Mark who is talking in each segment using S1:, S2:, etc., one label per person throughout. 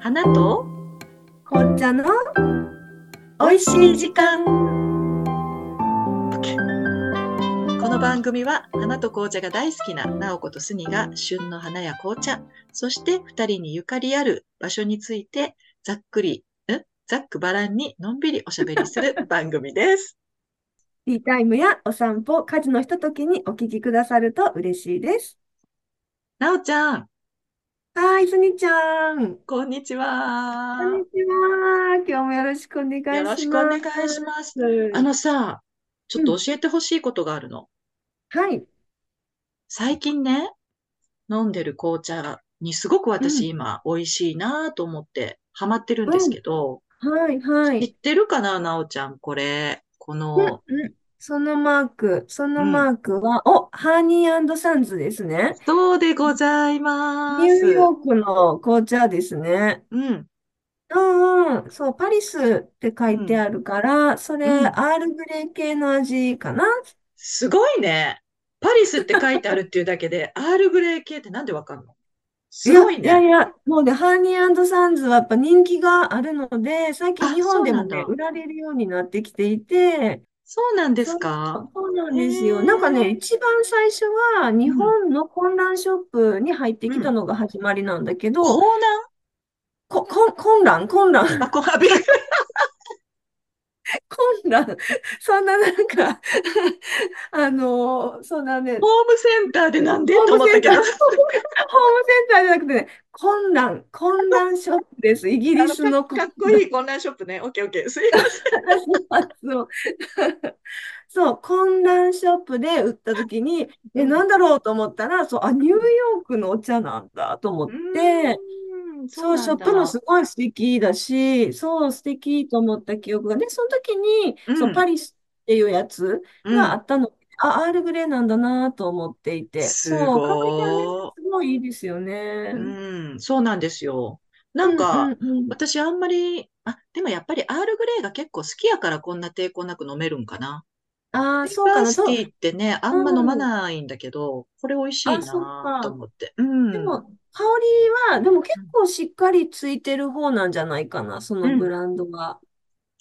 S1: 花と
S2: 紅茶の
S1: 美味しい時間。この番組は花と紅茶が大好きな直子とすみが旬の花や紅茶、そして二人にゆかりある場所についてざっくり、んざっくばらんにのんびりおしゃべりする番組です。
S2: ティータイムやお散歩、家事のひとときにお聞きくださると嬉しいです。
S1: なおちゃん、
S2: はーい、すにちゃん。
S1: こんにちは
S2: こ。んにちは。今日もよろしくお願いします。
S1: よろしくお願いします。あのさ、ちょっと教えてほしいことがあるの。
S2: はい。
S1: 最近ね、飲んでる紅茶にすごく
S2: う
S1: 私今美味しいなと思ってハマってるんですけど、
S2: はい、は
S1: 知
S2: い。
S1: ってるかな、なおちゃん、これ。こ
S2: うん
S1: の、
S2: うんそのマーク、そのマークは、お、ハーニーサンズですね。
S1: そうでございま
S2: ニュー
S1: す。
S2: ヨークの紅茶ですね。
S1: うん。
S2: うんうん、そう、パリスって書いてあるから、それ、
S1: うん
S2: アールグレイ系の味かな
S1: すごいね。パリスって書いてあるっていうだけで、 アールグレイ系ってなんでわかんのすごい
S2: いや、い
S1: ね。
S2: やいや、もうね、ハーニーサンズはやっぱ人気があるので、最近
S1: あ
S2: 日本でも
S1: そうな
S2: ね、
S1: んだ
S2: 売られるようになってきていて、
S1: そうなんです
S2: そう、
S1: か
S2: そうなんです
S1: へ
S2: よ。
S1: ー
S2: なんかね、一番最初は日本の混乱ショップに入ってきたのが始まりなんだけど、
S1: コーナ
S2: こ、こん、混乱、混乱、
S1: ーあ、コーナーびっくり
S2: 混乱、 そんななんか あのーそんな
S1: ホ
S2: ね、
S1: ームセンターでなんで
S2: ホ
S1: と
S2: ー
S1: 思
S2: ム
S1: っ
S2: セ
S1: たけ
S2: ンター、
S1: ど
S2: ホー。ムセンターじゃなくてね、混乱、混乱ショップです。イギ
S1: あ
S2: リ
S1: の
S2: スの
S1: かかっこいい混乱ショップね。オッケーオッケー。すいません。
S2: そう、そう、混乱ショップで売った時に、え、なんだろうと思ったら、そう、あ、ニューヨークのお茶なんだと思っ
S1: う
S2: て、
S1: ーん、
S2: そう、ショップもすごい素敵だし、そう、素敵と思った記憶が。で、その時に、
S1: うん
S2: そう、パリスっていうやつ
S1: う
S2: があ
S1: ん、
S2: ったの、あ、アールグレイなんだなと思っていて、
S1: す
S2: そう、香りがね、
S1: ご
S2: すごいいいですよ
S1: い。
S2: ね。
S1: うん、そうなんですよ。
S2: う
S1: なん
S2: ん
S1: か、
S2: うんうん。
S1: 私あんまり、あ、でもやっぱりアールグレイが結構好きやからこんな抵抗なく飲めるんかな。
S2: ああ、
S1: デ
S2: そう
S1: カ
S2: か
S1: ー
S2: な。
S1: ステ
S2: と、
S1: ィーってね、あんま飲ま
S2: うん。
S1: ないんだけど、これ美味しい
S2: あ、そっ
S1: なと。
S2: か
S1: 思って。う
S2: で
S1: ん、うん、
S2: も、香りは、でも結構しっかりついてる方なんじゃないかな、そうのブ
S1: ん、
S2: ランドは。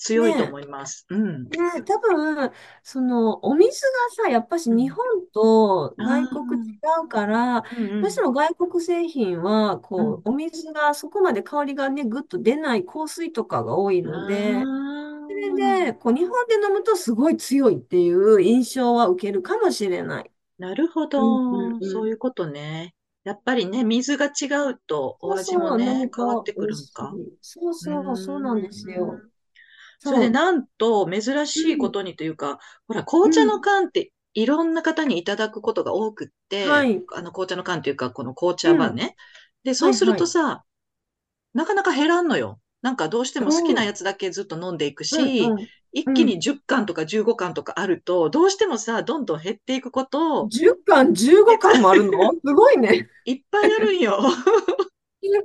S1: 強いと
S2: ね
S1: 思います。うん、
S2: え、ねえ、多分、その、お水がさ、やっぱし
S1: う
S2: 日
S1: ん、
S2: 本と
S1: あ
S2: 外国違うから、
S1: あ、うん、う
S2: どうして
S1: ん、
S2: も外国製品は、
S1: う
S2: こ
S1: ん、
S2: う、お水がそこまで香りがね、ぐっと出ない香水とかが多いので、それ
S1: ああ。
S2: で、こう、日本で飲むとすごい強いっていう印象は受けるかもしれない。
S1: なるほ
S2: うんうん
S1: ど。
S2: う。
S1: そうんいうことね。やっぱりね、水が違うとお
S2: そう
S1: 味も
S2: そう、飲
S1: ね、
S2: む
S1: 変わっ
S2: と
S1: て
S2: 美
S1: く
S2: 味
S1: るん
S2: し
S1: か。
S2: い。そう
S1: うー
S2: そう、そうなんですよ。
S1: ん。それで
S2: そう。
S1: なんと珍しいうこ
S2: ん、
S1: とにというか、ほら、紅茶
S2: う
S1: の
S2: ん。
S1: 缶っていろんな方にいただくことが多くっ
S2: は
S1: て、
S2: い。
S1: あの紅茶の缶というか、この紅茶
S2: う
S1: バー
S2: ん。
S1: ね。で、そ
S2: は
S1: う
S2: い、
S1: する
S2: は
S1: と
S2: い。
S1: さ、なかなか減らんのよ。なんかどうしても好き
S2: う。
S1: なんやつだけずっと飲んでいく
S2: うん、
S1: し、
S2: うん。
S1: 一
S2: う
S1: 気に
S2: ん。
S1: 10缶とか15缶とかあると、どうしてもさ、どんどん減っていくことを、
S2: 10巻、15
S1: え
S2: 巻もある のすごいね。
S1: いっぱいあるん よ。
S2: す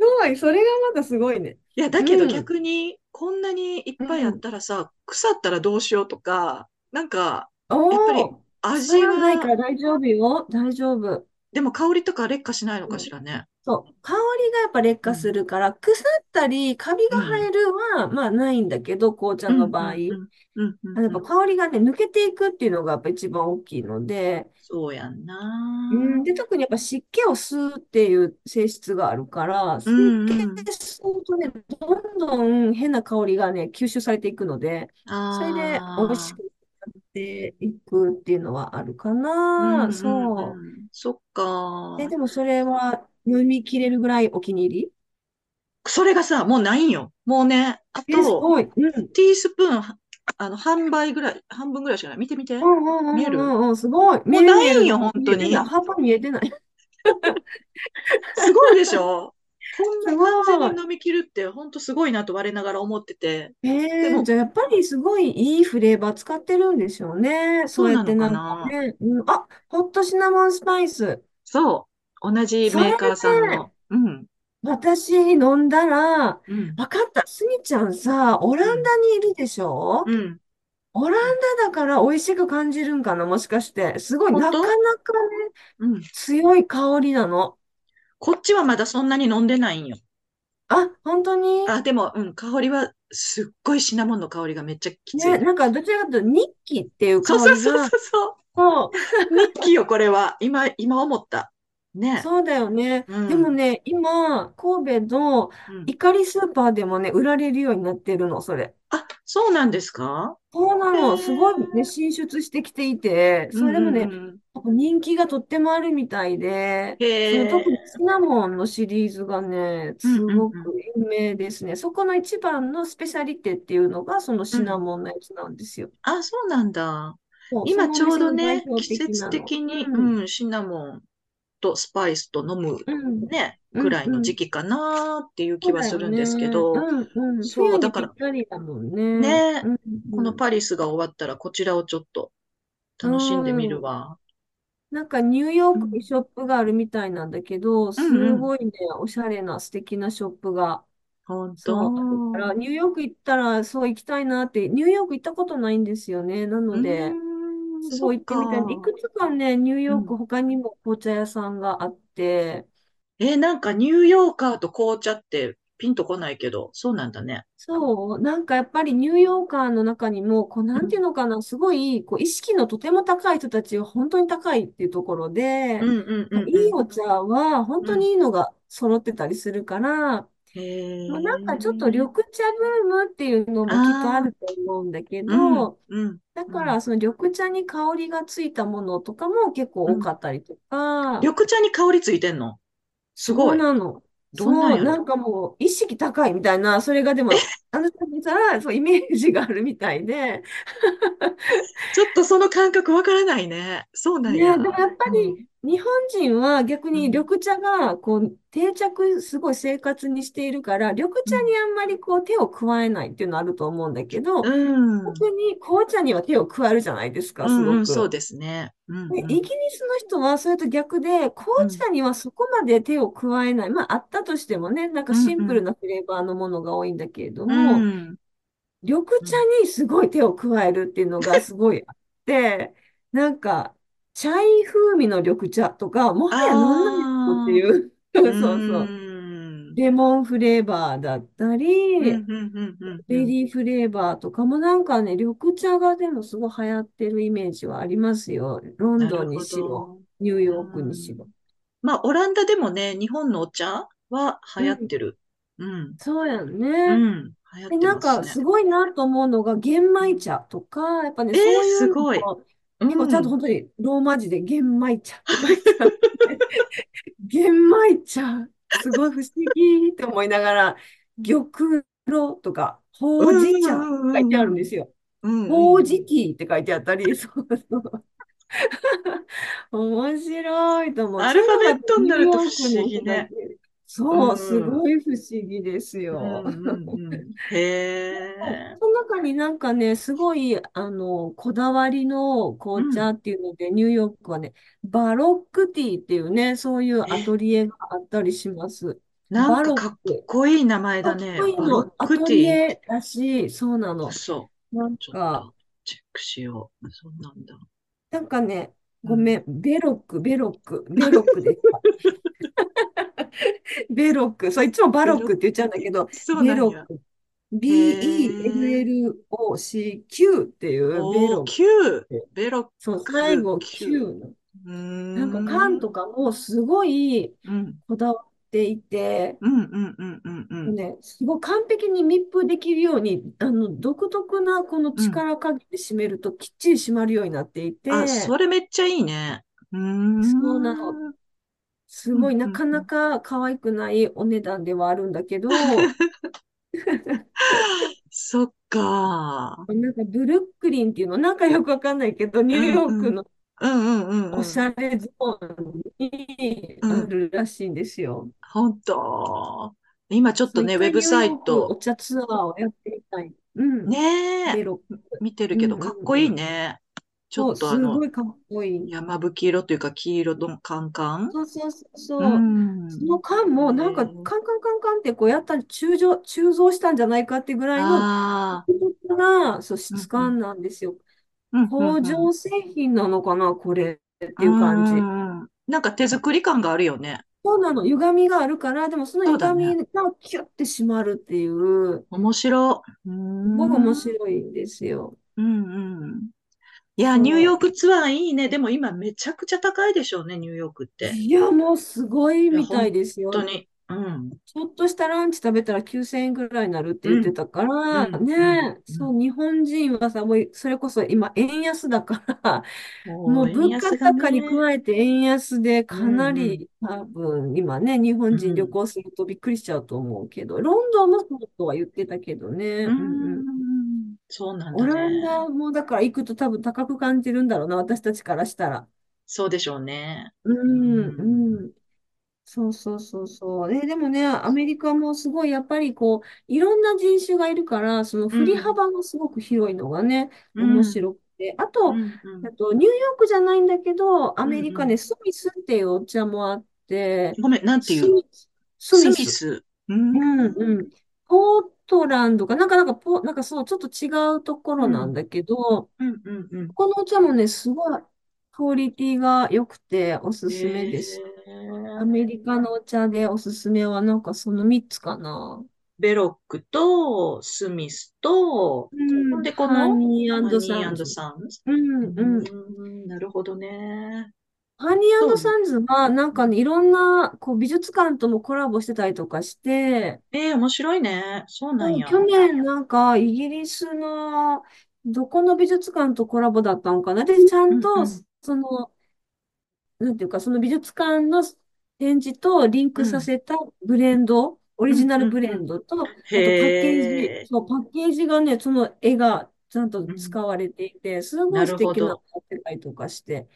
S2: ごい。それがまたすごいね。
S1: いや、だけど
S2: うん。
S1: 逆に、こんなにいっ
S2: う
S1: ぱいあっ
S2: ん。
S1: たらさ、腐ったらどうしようとか、なんか、やっぱ
S2: お
S1: り
S2: ー。腐
S1: 味
S2: らないか
S1: は、
S2: ら大丈夫よ。大丈夫。
S1: でも香りとか劣化しないのか
S2: う
S1: し
S2: ん。
S1: らね。
S2: そう。香りがやっぱ劣
S1: う
S2: 化す
S1: ん、
S2: るから、腐ったり、カビ
S1: う
S2: が生
S1: ん、
S2: えるは、まあないんだけど、紅茶
S1: う
S2: の
S1: ん、う
S2: 場合。
S1: ん、うん、うん、う
S2: あ
S1: ん。
S2: やっ
S1: う
S2: ぱ
S1: ん
S2: 香りがね、抜けていくっていうのがやっぱ一番大きいので、
S1: そうやん
S2: うん、
S1: な。
S2: で、特にやっぱ湿気を吸うっていう性質があるから、
S1: う
S2: 湿気
S1: ん、うん。
S2: 吸うとね、どんどん変な香りがね、吸収されていくので、それで美味し
S1: ああ、
S2: くなっていくっていうのはあるか
S1: うん、
S2: な。
S1: うん、う
S2: そう。
S1: ん。そっ
S2: え、
S1: か。
S2: でもそれは飲み切れるぐらいお気に入り
S1: それがさ、もうないんよ。もうね、あ
S2: え、す
S1: と、
S2: ごい。うん。
S1: ティースプーン、あの、半倍ぐらい、半分ぐらいしかない。見て見
S2: う
S1: て。
S2: んうん
S1: 見え
S2: うんう
S1: る
S2: んうん、すごい。
S1: も
S2: 見
S1: う
S2: える
S1: な
S2: 見え
S1: いん
S2: る。
S1: よ、本
S2: 見
S1: 当
S2: えてない。
S1: に。
S2: 葉っぱ見えてない。
S1: すごいでし ょこん
S2: す
S1: な完全に
S2: ごい。
S1: 飲み切るってほんとすごいなと我ながら思ってて。で
S2: えー、
S1: も、
S2: じゃあやっぱりすごいいいフレーバー使ってるんでしょうね。
S1: そ
S2: そう
S1: う
S2: やっ
S1: な
S2: て
S1: のか
S2: なんか
S1: な
S2: ね。うん、あ、ホットシナモンスパイス。
S1: そう。同じ
S2: そ
S1: メ
S2: れ
S1: ーカーさん
S2: ね、
S1: の。うん、
S2: 私飲んだら、わ
S1: うん、
S2: かった。スミちゃんさ、オ
S1: う
S2: ラン
S1: ん、
S2: ダにいるでしょ
S1: うん。
S2: オランダだから美味しく感じるんかな、もしかして。すごい、
S1: 本
S2: な
S1: 当
S2: かなかね、
S1: うん。
S2: 強い香りなの。
S1: こっちはまだそんなに飲んでないんよ。
S2: あ、本当に
S1: あ、でも、うん、香りは、すっごいシナモンの香りがめっちゃきつ
S2: ね、
S1: い。
S2: なんかどちらかというと、ニッキっていう
S1: そう
S2: 香
S1: そう
S2: り
S1: そう
S2: が、
S1: そうそう。
S2: そう、
S1: 日記よ、これは。今、今思った。ね。
S2: そうだよね。
S1: う
S2: でも
S1: ん。
S2: ね、今、神戸の
S1: うん。
S2: イカリスーパーでもね、売られるようになってるの、それ。
S1: あ、そうなんですか
S2: そうな
S1: へ
S2: の、すごいね、
S1: え。
S2: 進出してきていて、
S1: う
S2: それ
S1: ん
S2: でも
S1: うん
S2: ね、
S1: うん。
S2: 人気がとってもあるみたいで、その
S1: へ
S2: 特に
S1: え。
S2: シナモンのシリーズが
S1: う
S2: ね、
S1: ん
S2: す
S1: うん
S2: ご
S1: う
S2: く
S1: ん。
S2: 有名ですね。そこの一番のスペシャリテっていうのが、その
S1: う
S2: シナ
S1: ん。
S2: モンのやつなんですよ。
S1: あ、そうなんだ。
S2: そう、そ
S1: 今
S2: のお
S1: ちょう
S2: 店
S1: ど
S2: の代
S1: ね、
S2: 表
S1: 季
S2: 的
S1: 節
S2: なの。
S1: 的に、
S2: うん、
S1: うん、シナモンとスパイスと飲む、
S2: うん、
S1: ね、
S2: う
S1: ぐ
S2: ん、
S1: らいうの時
S2: ん。
S1: 期かなっていう気
S2: そう
S1: は
S2: だ
S1: す
S2: よ
S1: るん
S2: ね。
S1: ですけど、
S2: うん、うん。
S1: そ
S2: 冬
S1: う、だ
S2: に
S1: か
S2: ぴっ
S1: ら、
S2: たりだもんね。
S1: ね、
S2: うん、
S1: このパリスが終わったらこちらをちょっと楽しんでみ
S2: う
S1: る
S2: ん。
S1: わ。
S2: なんかニューヨ
S1: う
S2: ークに
S1: ん、
S2: ショップがあるみたいなんだけど、
S1: う
S2: す
S1: ん、うん。
S2: ごいね、おしゃれな素敵なショップが、
S1: 本
S2: そう、あるか
S1: 当。
S2: ら、ニューヨーク行ったら、そう行きたいなって、ニューヨーク行ったことないんですよね。な
S1: う
S2: の
S1: ー
S2: で、
S1: ん、
S2: す
S1: そ
S2: ご
S1: っ
S2: い行ってみたい。い
S1: か。
S2: くつかね、ニュー
S1: う
S2: ヨー
S1: ん。
S2: ク他にも紅茶屋さんがあって、
S1: えー、なんかニューヨーカーと紅茶ってピンとこないけど、そうなんだね。
S2: そう、なんかやっぱりニューヨーカーの中にも、こう、
S1: う、
S2: なんていうんのかな、すごい、こう、意識のとても高い人たちは本当に高いっていうところ
S1: う
S2: で、
S1: ん、うん、うん、
S2: いうい
S1: ん。
S2: お茶は本
S1: う
S2: 当
S1: ん
S2: にいいのが揃ってたりするから、
S1: へ
S2: まあ、なんかちょっと緑
S1: え。
S2: 茶ブームっていうのもきっとあ
S1: ああ、
S2: ると思うんだけ
S1: うん、
S2: ど、
S1: うん、
S2: だ
S1: う
S2: か
S1: ん、
S2: らその緑茶に香りがついたものとかも結構
S1: う
S2: 多
S1: ん。
S2: かったりとか、
S1: 緑茶に香りついてんのす
S2: そ
S1: ご
S2: う
S1: い。
S2: なの。
S1: どんなん
S2: そう、
S1: や
S2: な
S1: ろ
S2: んかもう意識高いみたいな、それがでも、あの人にしたらそうイメージがあるみたいで、
S1: ちょっとその感覚わからないね。そうなん
S2: ね、
S1: や。
S2: でもやっぱ
S1: うん、
S2: り日本人は逆
S1: う
S2: に
S1: ん、
S2: 緑茶がこう定着、すごい生活にしているから、緑
S1: う
S2: 茶
S1: ん、
S2: にあんまりこう手を加えないっていうのあると思うんだけど、
S1: うん、
S2: 特に紅茶には手を加えるじゃないです
S1: う
S2: か、す
S1: ん、う
S2: ご
S1: んそう
S2: く。
S1: ですね。うん、
S2: で、
S1: う
S2: イギ
S1: ん、
S2: リスの人はそれと逆で、紅
S1: うん、
S2: 茶にはそこまで手を加えない。まあ、あったとしてもね、なんか
S1: うん、
S2: シン
S1: う
S2: プル
S1: ん、
S2: なフレーバーのものが多いんだけれど
S1: う
S2: も、
S1: ん。
S2: 緑
S1: う
S2: 茶
S1: ん
S2: にすごい手を加えるっていうのがすごいあって、なんか、チャイ風味の緑茶とか、もはや何なんやろって
S1: あ
S2: い
S1: あ、
S2: う。
S1: う
S2: そうそう。
S1: ーん。
S2: レモンフレーバーだった
S1: うん、
S2: り、
S1: うん、うん、うん、う
S2: ベ
S1: ん。
S2: リーフレーバーとかもなんかね、緑茶がでもすごい流行ってるイメージはありますよ。ロン
S1: な
S2: ド
S1: る
S2: ンに
S1: ほ
S2: しろ、
S1: ど。
S2: ニュー
S1: う
S2: ヨークにし
S1: ん。
S2: ろ。
S1: まあ、オランダでもね、日本のお茶は流
S2: う
S1: 行っ
S2: ん、
S1: てる。うん、
S2: そうやん
S1: う
S2: ね。
S1: ん、流行って
S2: で、なん
S1: ます
S2: か
S1: ね。
S2: すごいなと思うのが玄
S1: う
S2: 米
S1: ん
S2: 茶とか、やっぱね、
S1: えー、
S2: そうい
S1: す
S2: うの
S1: ごい。
S2: も結構ち
S1: う
S2: ゃんと
S1: ん。
S2: 本当にローマ字で玄米茶って書いてあって、玄米茶、すごい不思議って思いながら、玉露とか、
S1: う
S2: ほうじ茶って
S1: ん
S2: 書いうてあるん
S1: ん
S2: ですよ。
S1: うんうんうん。うん
S2: ほ
S1: う
S2: うん
S1: う
S2: じ
S1: ん。
S2: ティーって書いてあったり、そうそう。面白いと思う。
S1: ア
S2: そう
S1: ル
S2: い
S1: ファベッ
S2: うのがやっぱ
S1: トに
S2: ニ
S1: な
S2: ュ
S1: ると
S2: ーヨ
S1: 不
S2: ークの
S1: 思議
S2: 人た
S1: ね。
S2: ち、そう、す
S1: うん。
S2: ごい不思議です
S1: うん
S2: よ。
S1: うんうん。へ え。
S2: その中になんかね、すごい、あの、こだわりの
S1: う
S2: 紅
S1: ん。
S2: 茶っていうので、ニューヨークはね、バロックティーっていうね、そういうア
S1: え、
S2: トリエがあったりします。
S1: なん
S2: バ
S1: か
S2: ロ
S1: か
S2: ッ
S1: っ
S2: ク。
S1: こいい名前
S2: か
S1: だ
S2: っ
S1: ね。
S2: こいい
S1: バロッ
S2: の。ア
S1: ク
S2: ト
S1: テ
S2: リ
S1: ィー。
S2: エらしい。そうなの。
S1: 嘘。
S2: なん
S1: ちょっ
S2: か、
S1: とチェックしよう。そうなんだ。
S2: なんかね、
S1: う
S2: ご
S1: ん。
S2: めん、ベロック、ベロック、ベロッ クでした。ベロック、そう、いつもバ
S1: ベ
S2: ロッ
S1: ロッ
S2: クって言っちゃうんだ
S1: ク。
S2: けど、
S1: そう
S2: ベ
S1: なん
S2: ロ
S1: や。
S2: ック、
S1: へえ。
S2: BELLOCQ っていうベ
S1: おー、
S2: ロ
S1: Q。
S2: ック。
S1: ベロッ
S2: そう、最
S1: ク、
S2: 後
S1: Q。
S2: Q の。
S1: うー
S2: なんか
S1: ん。
S2: 缶とかもすごい
S1: うん。
S2: こだわっていて、
S1: うんうんうんうんう。
S2: もうんね、すごい完璧に密封できるように、あの、独特なこの
S1: うん。
S2: 力加減で締めるときっちり締まるようになってい
S1: あ、
S2: て、
S1: それめっちゃいいね。うー
S2: そうなの。
S1: ん。うん
S2: す
S1: う
S2: ご
S1: ん
S2: い、な
S1: う
S2: か
S1: ん。
S2: なか可愛くないお値段ではあるん だけど、
S1: そっか。
S2: なんかブルックリンっていうの、なんかよくわかんないけど、ニ
S1: う
S2: ュー
S1: ん
S2: ヨ
S1: う
S2: ーク
S1: ん。
S2: の
S1: うんうんう
S2: お
S1: んう
S2: し
S1: ん。
S2: ゃれゾーンに
S1: う
S2: あ
S1: ん。
S2: るらしいんですよ。
S1: 本当。今ちょっ
S2: そ
S1: と
S2: う、一
S1: ね、ウェ
S2: 回
S1: ブ
S2: ニュー
S1: サイ
S2: ヨークお
S1: ト、
S2: 茶ツアーをやってみたい。うん。
S1: ね
S2: ベ
S1: え、
S2: ロック。
S1: 見てる
S2: う
S1: け
S2: ん
S1: ど
S2: う
S1: かっ
S2: ん
S1: こ
S2: う
S1: いい
S2: ん。
S1: ね。ちょっとあ
S2: す
S1: の、
S2: ごいかっこいい。
S1: 山吹色というか黄色のカンカン。
S2: そうそうそう
S1: う
S2: そう。
S1: ん。
S2: その間も、なんか、
S1: ね
S2: カンカンカンカンってこうやったら鋳造、鋳造したんじゃないかってぐらいの、
S1: ああ、
S2: な、そ
S1: うんうん
S2: う、質感なんですよ。
S1: うんうんう
S2: 工
S1: ん。
S2: 場製品なのかな、これっていう感じ。
S1: うんうんなんか手作り感があるよね。
S2: そうなの、歪みがあるから、でもその
S1: そうだ
S2: 歪
S1: ね
S2: みがキュッて締まるっていう、
S1: 面白。うー
S2: すごく面
S1: ん。
S2: 白いんですよ。
S1: うんうん。いや、ニューヨー
S2: そ
S1: クツアーいいね。でも今めちゃくちゃ高いでしょうね、ニューヨークっ
S2: う。
S1: て。
S2: いや、もうすごい
S1: いや、
S2: みた
S1: 本
S2: いです
S1: 当
S2: よ。
S1: に。うん。
S2: ちょっとしたランチ食べたら9000円ぐらいになるって
S1: う
S2: 言って
S1: ん。
S2: たか
S1: う
S2: ら、
S1: ん。うん。
S2: ねえ、
S1: う
S2: そ
S1: ん。
S2: う、日本人はさ、もうそれこそ今円安だから、
S1: も
S2: も
S1: う
S2: う
S1: 円
S2: 物価
S1: 安が
S2: 高に
S1: ね。
S2: 加えて円安で
S1: う
S2: かなん
S1: うん。
S2: り多分今ね、日
S1: う
S2: 本人旅
S1: ん。
S2: 行するとびっくりしちゃうと思うけど、ロンドンもそうとは言ってたけどね、
S1: うー
S2: うんうん。
S1: ん。そうなん
S2: オ
S1: だ
S2: ラン
S1: ね。
S2: ダもだから行くと多分高く感じるんだろうな、私たちからしたら。
S1: そうでしょうね。
S2: う、
S1: うんん。
S2: うん。そうそうそうそう。え、でもね、アメリカもすごいやっぱりこう、いろんな人種がいるから、その
S1: う
S2: 振り
S1: ん。
S2: 幅がすごく広いのがね、
S1: う
S2: 面
S1: ん。
S2: 白くて。あ
S1: う
S2: と、
S1: ん。うん。
S2: あとニューヨークじゃないんだけど、ア
S1: う
S2: メ
S1: ん。
S2: リ
S1: う
S2: カ
S1: ん。
S2: ね、スミスっていうお茶もあって、
S1: ごめん、なんてい
S2: ス
S1: う
S2: ミス、ス
S1: ス
S2: ミ
S1: ミ
S2: ス。
S1: ス。うん。
S2: うんうん。ポートランドかな、なんかなんかポ、なんかそう、ちょっと違うとこ
S1: う
S2: ろなん
S1: ん。
S2: だけど、
S1: うんうんうん。
S2: このお茶もね、すごいクオリティが良くておす
S1: へ
S2: すめ
S1: え
S2: です。アメリカのお茶でおすすめはなんかその3つかな。
S1: ベロックとスミスと、
S2: う
S1: ほん
S2: ん、
S1: でこ
S2: ハ
S1: の
S2: ニ
S1: ハ
S2: ー
S1: ニ
S2: サン
S1: ー
S2: ズ。
S1: サンズ。
S2: う
S1: うん
S2: うん。
S1: ーん、なるほどね。
S2: ハニ
S1: そ
S2: ー
S1: うね。
S2: サンズはなん
S1: う
S2: か
S1: ん
S2: ね、いろんなこう美術館ともコラボしてたりとかして、
S1: ええ面白いね。そうなん
S2: そう
S1: や。
S2: 去年なんかイギリスのどこの美術館とコラボだったのかな。で、ちゃ
S1: うんんう
S2: と
S1: ん。
S2: その、なんていうか、その美術館の展示とリン
S1: う
S2: クさ
S1: ん。
S2: せたブレンド、オリ
S1: う
S2: ジ
S1: ん
S2: ナ
S1: う
S2: ル
S1: ん
S2: ブレ
S1: うん。
S2: ンドと、あとパッケージ、
S1: へえ。
S2: そう、パッケージがね、その絵がちゃんと
S1: うん。
S2: 使われていて、すご
S1: ない
S2: 素
S1: るほ
S2: 敵なの
S1: ど。
S2: があってたりとかして、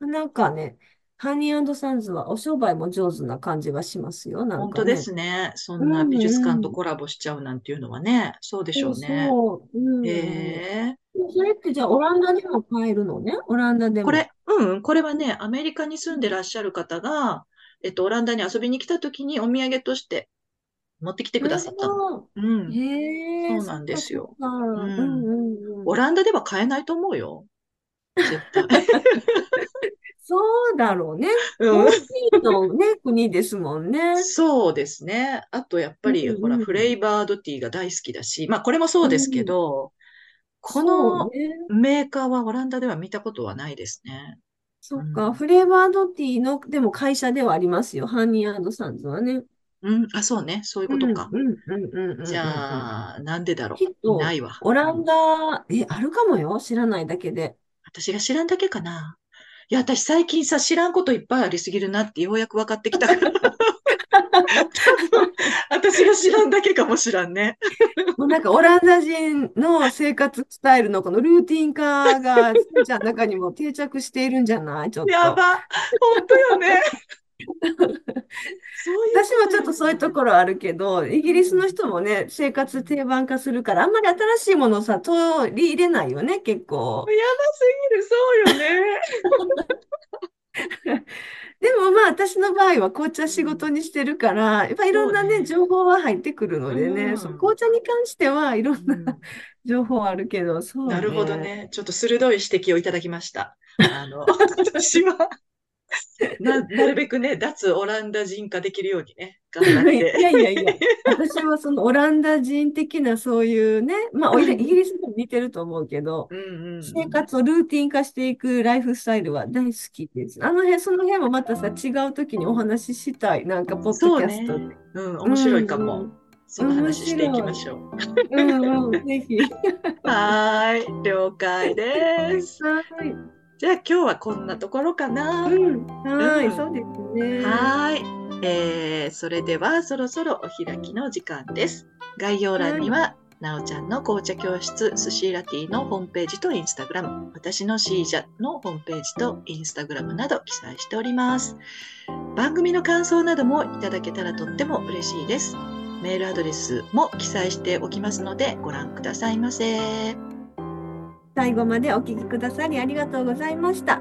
S2: なんかね、ハニーサンズはお商売も上手な感じがしますよ、なん
S1: 本
S2: か
S1: 当で
S2: ね。
S1: すね。そん
S2: う
S1: な美術
S2: んう
S1: 館と
S2: ん。
S1: コラボしちゃうなんていうのはね。そうでし
S2: そ
S1: ょ
S2: う
S1: うね。
S2: そう。
S1: へ
S2: うん。
S1: え。
S2: それってじゃあオランダでも買えるのね、オランダで
S1: これ、
S2: も。
S1: うん、これはね、アメリカに
S2: う
S1: 住んで
S2: ん
S1: らっしゃる方が、えっと、オランダに遊びに来た時にお土産として持ってきてく
S2: な
S1: だ
S2: る
S1: さ
S2: ほ
S1: ったの。
S2: ど。
S1: うん、
S2: へ
S1: そ
S2: え、
S1: う
S2: そ
S1: なん
S2: っ
S1: で
S2: か
S1: す
S2: そっ
S1: よ。
S2: か。う
S1: うんん。
S2: うんう
S1: オ
S2: ん。
S1: ランダでは買えないと思うよ。絶対。
S2: そうだ ろうね。
S1: うん。
S2: コーヒーのね、国ですもんね。
S1: そうですね。あと、やっぱ
S2: う
S1: り、ほら、
S2: んう
S1: フレ
S2: ん。
S1: イバードティーが大好きだし、まあ、これもそう
S2: う
S1: ですけ
S2: ん。
S1: ど、こ
S2: そう
S1: の
S2: ね。
S1: メーカーはオランダでは見たことはないですね。
S2: そうっか。
S1: ん。
S2: フレーバードティーの、でも会社ではありますよ。ハニーサンズはね。
S1: うん。あ、そうね。そういう
S2: う
S1: こと
S2: ん
S1: か。
S2: うんうんうん
S1: じ
S2: うんうんうん。
S1: ゃあ、なんでだろ
S2: きっ
S1: う。な
S2: と、
S1: いわ。
S2: オ
S1: う
S2: ラン
S1: ん。
S2: ダ、え、あるかもよ。知らないだけで。
S1: 私が知らんだけかな。いや、私最近さ、知らんこといっぱいありすぎるなってようやく分かってきたから、多分、私が知らんだけかもしらんね。
S2: もうなんかオランダ人の生活スタイルのこのルーティン化が、スミちゃんの中にも定着しているんじゃないちょっ
S1: や
S2: と。
S1: ば。本当よ ね。そういう
S2: 私
S1: こ
S2: も
S1: と
S2: ちょっ
S1: よ
S2: とそういうと
S1: ね。
S2: ころあるけど、イ
S1: う
S2: ギリスの
S1: ん。
S2: 人もね、生
S1: う
S2: 活
S1: ん
S2: 定番化するから、あんまり新しいものをさ、取り入れないよね、結
S1: や
S2: 構。
S1: ばすぎる。そうよね。
S2: でもまあ、私の場合は紅茶
S1: う
S2: 仕事
S1: ん。
S2: にしてるから、やっぱいろ
S1: そうん
S2: なね、
S1: ね。
S2: 情報は入ってくるの
S1: う
S2: でね、そう、
S1: ん。
S2: 紅茶に関してはいろ
S1: うん
S2: な
S1: ん。
S2: 情報あるけど、そ
S1: な
S2: う
S1: るほど
S2: ね。
S1: ね。ちょっと鋭い指摘をいただきました。あの、私は、 な、なるべくね、脱オランダ人化できるようにね、頑張っ
S2: い
S1: て。
S2: やい やいや、私はそのオランダ人的なそういうね、まあ、おいでイギリスにも似てると思うけど、
S1: うんうんう
S2: 生
S1: ん。
S2: 活をルーティン化していくライフスタイルは大好きです。あの辺、その辺もまたさ、違う時にお話ししたい。なんか、ポッド
S1: そう
S2: キャストで。
S1: ね。うん、
S2: う
S1: 面白いか
S2: んう
S1: も。
S2: ん。
S1: その
S2: 面
S1: 話していきま
S2: 白い。
S1: しょう。
S2: うんうん。 ぜひ。
S1: はーい、了解です。
S2: はーい。
S1: じゃあ今日はこんなところかな。
S2: うん。はー
S1: う。
S2: い。そうんですね。
S1: はーい。えー、それではそろそろお開きの時間です。概要欄
S2: は
S1: に
S2: い。
S1: は、なおちゃんの紅茶教室、スシーラティのホームページとインスタグラム、私のシージャのホームページとインスタグラムなど記載しております。番組の感想などもいただけたらとっても嬉しいです。メールアドレスも記載しておきますのでご覧くださいませ。
S2: 最後までお聞きくださりありがとうございました。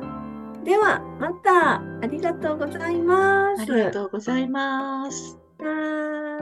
S2: では、また、ありがとうございます。
S1: ありがとうございます。
S2: はーい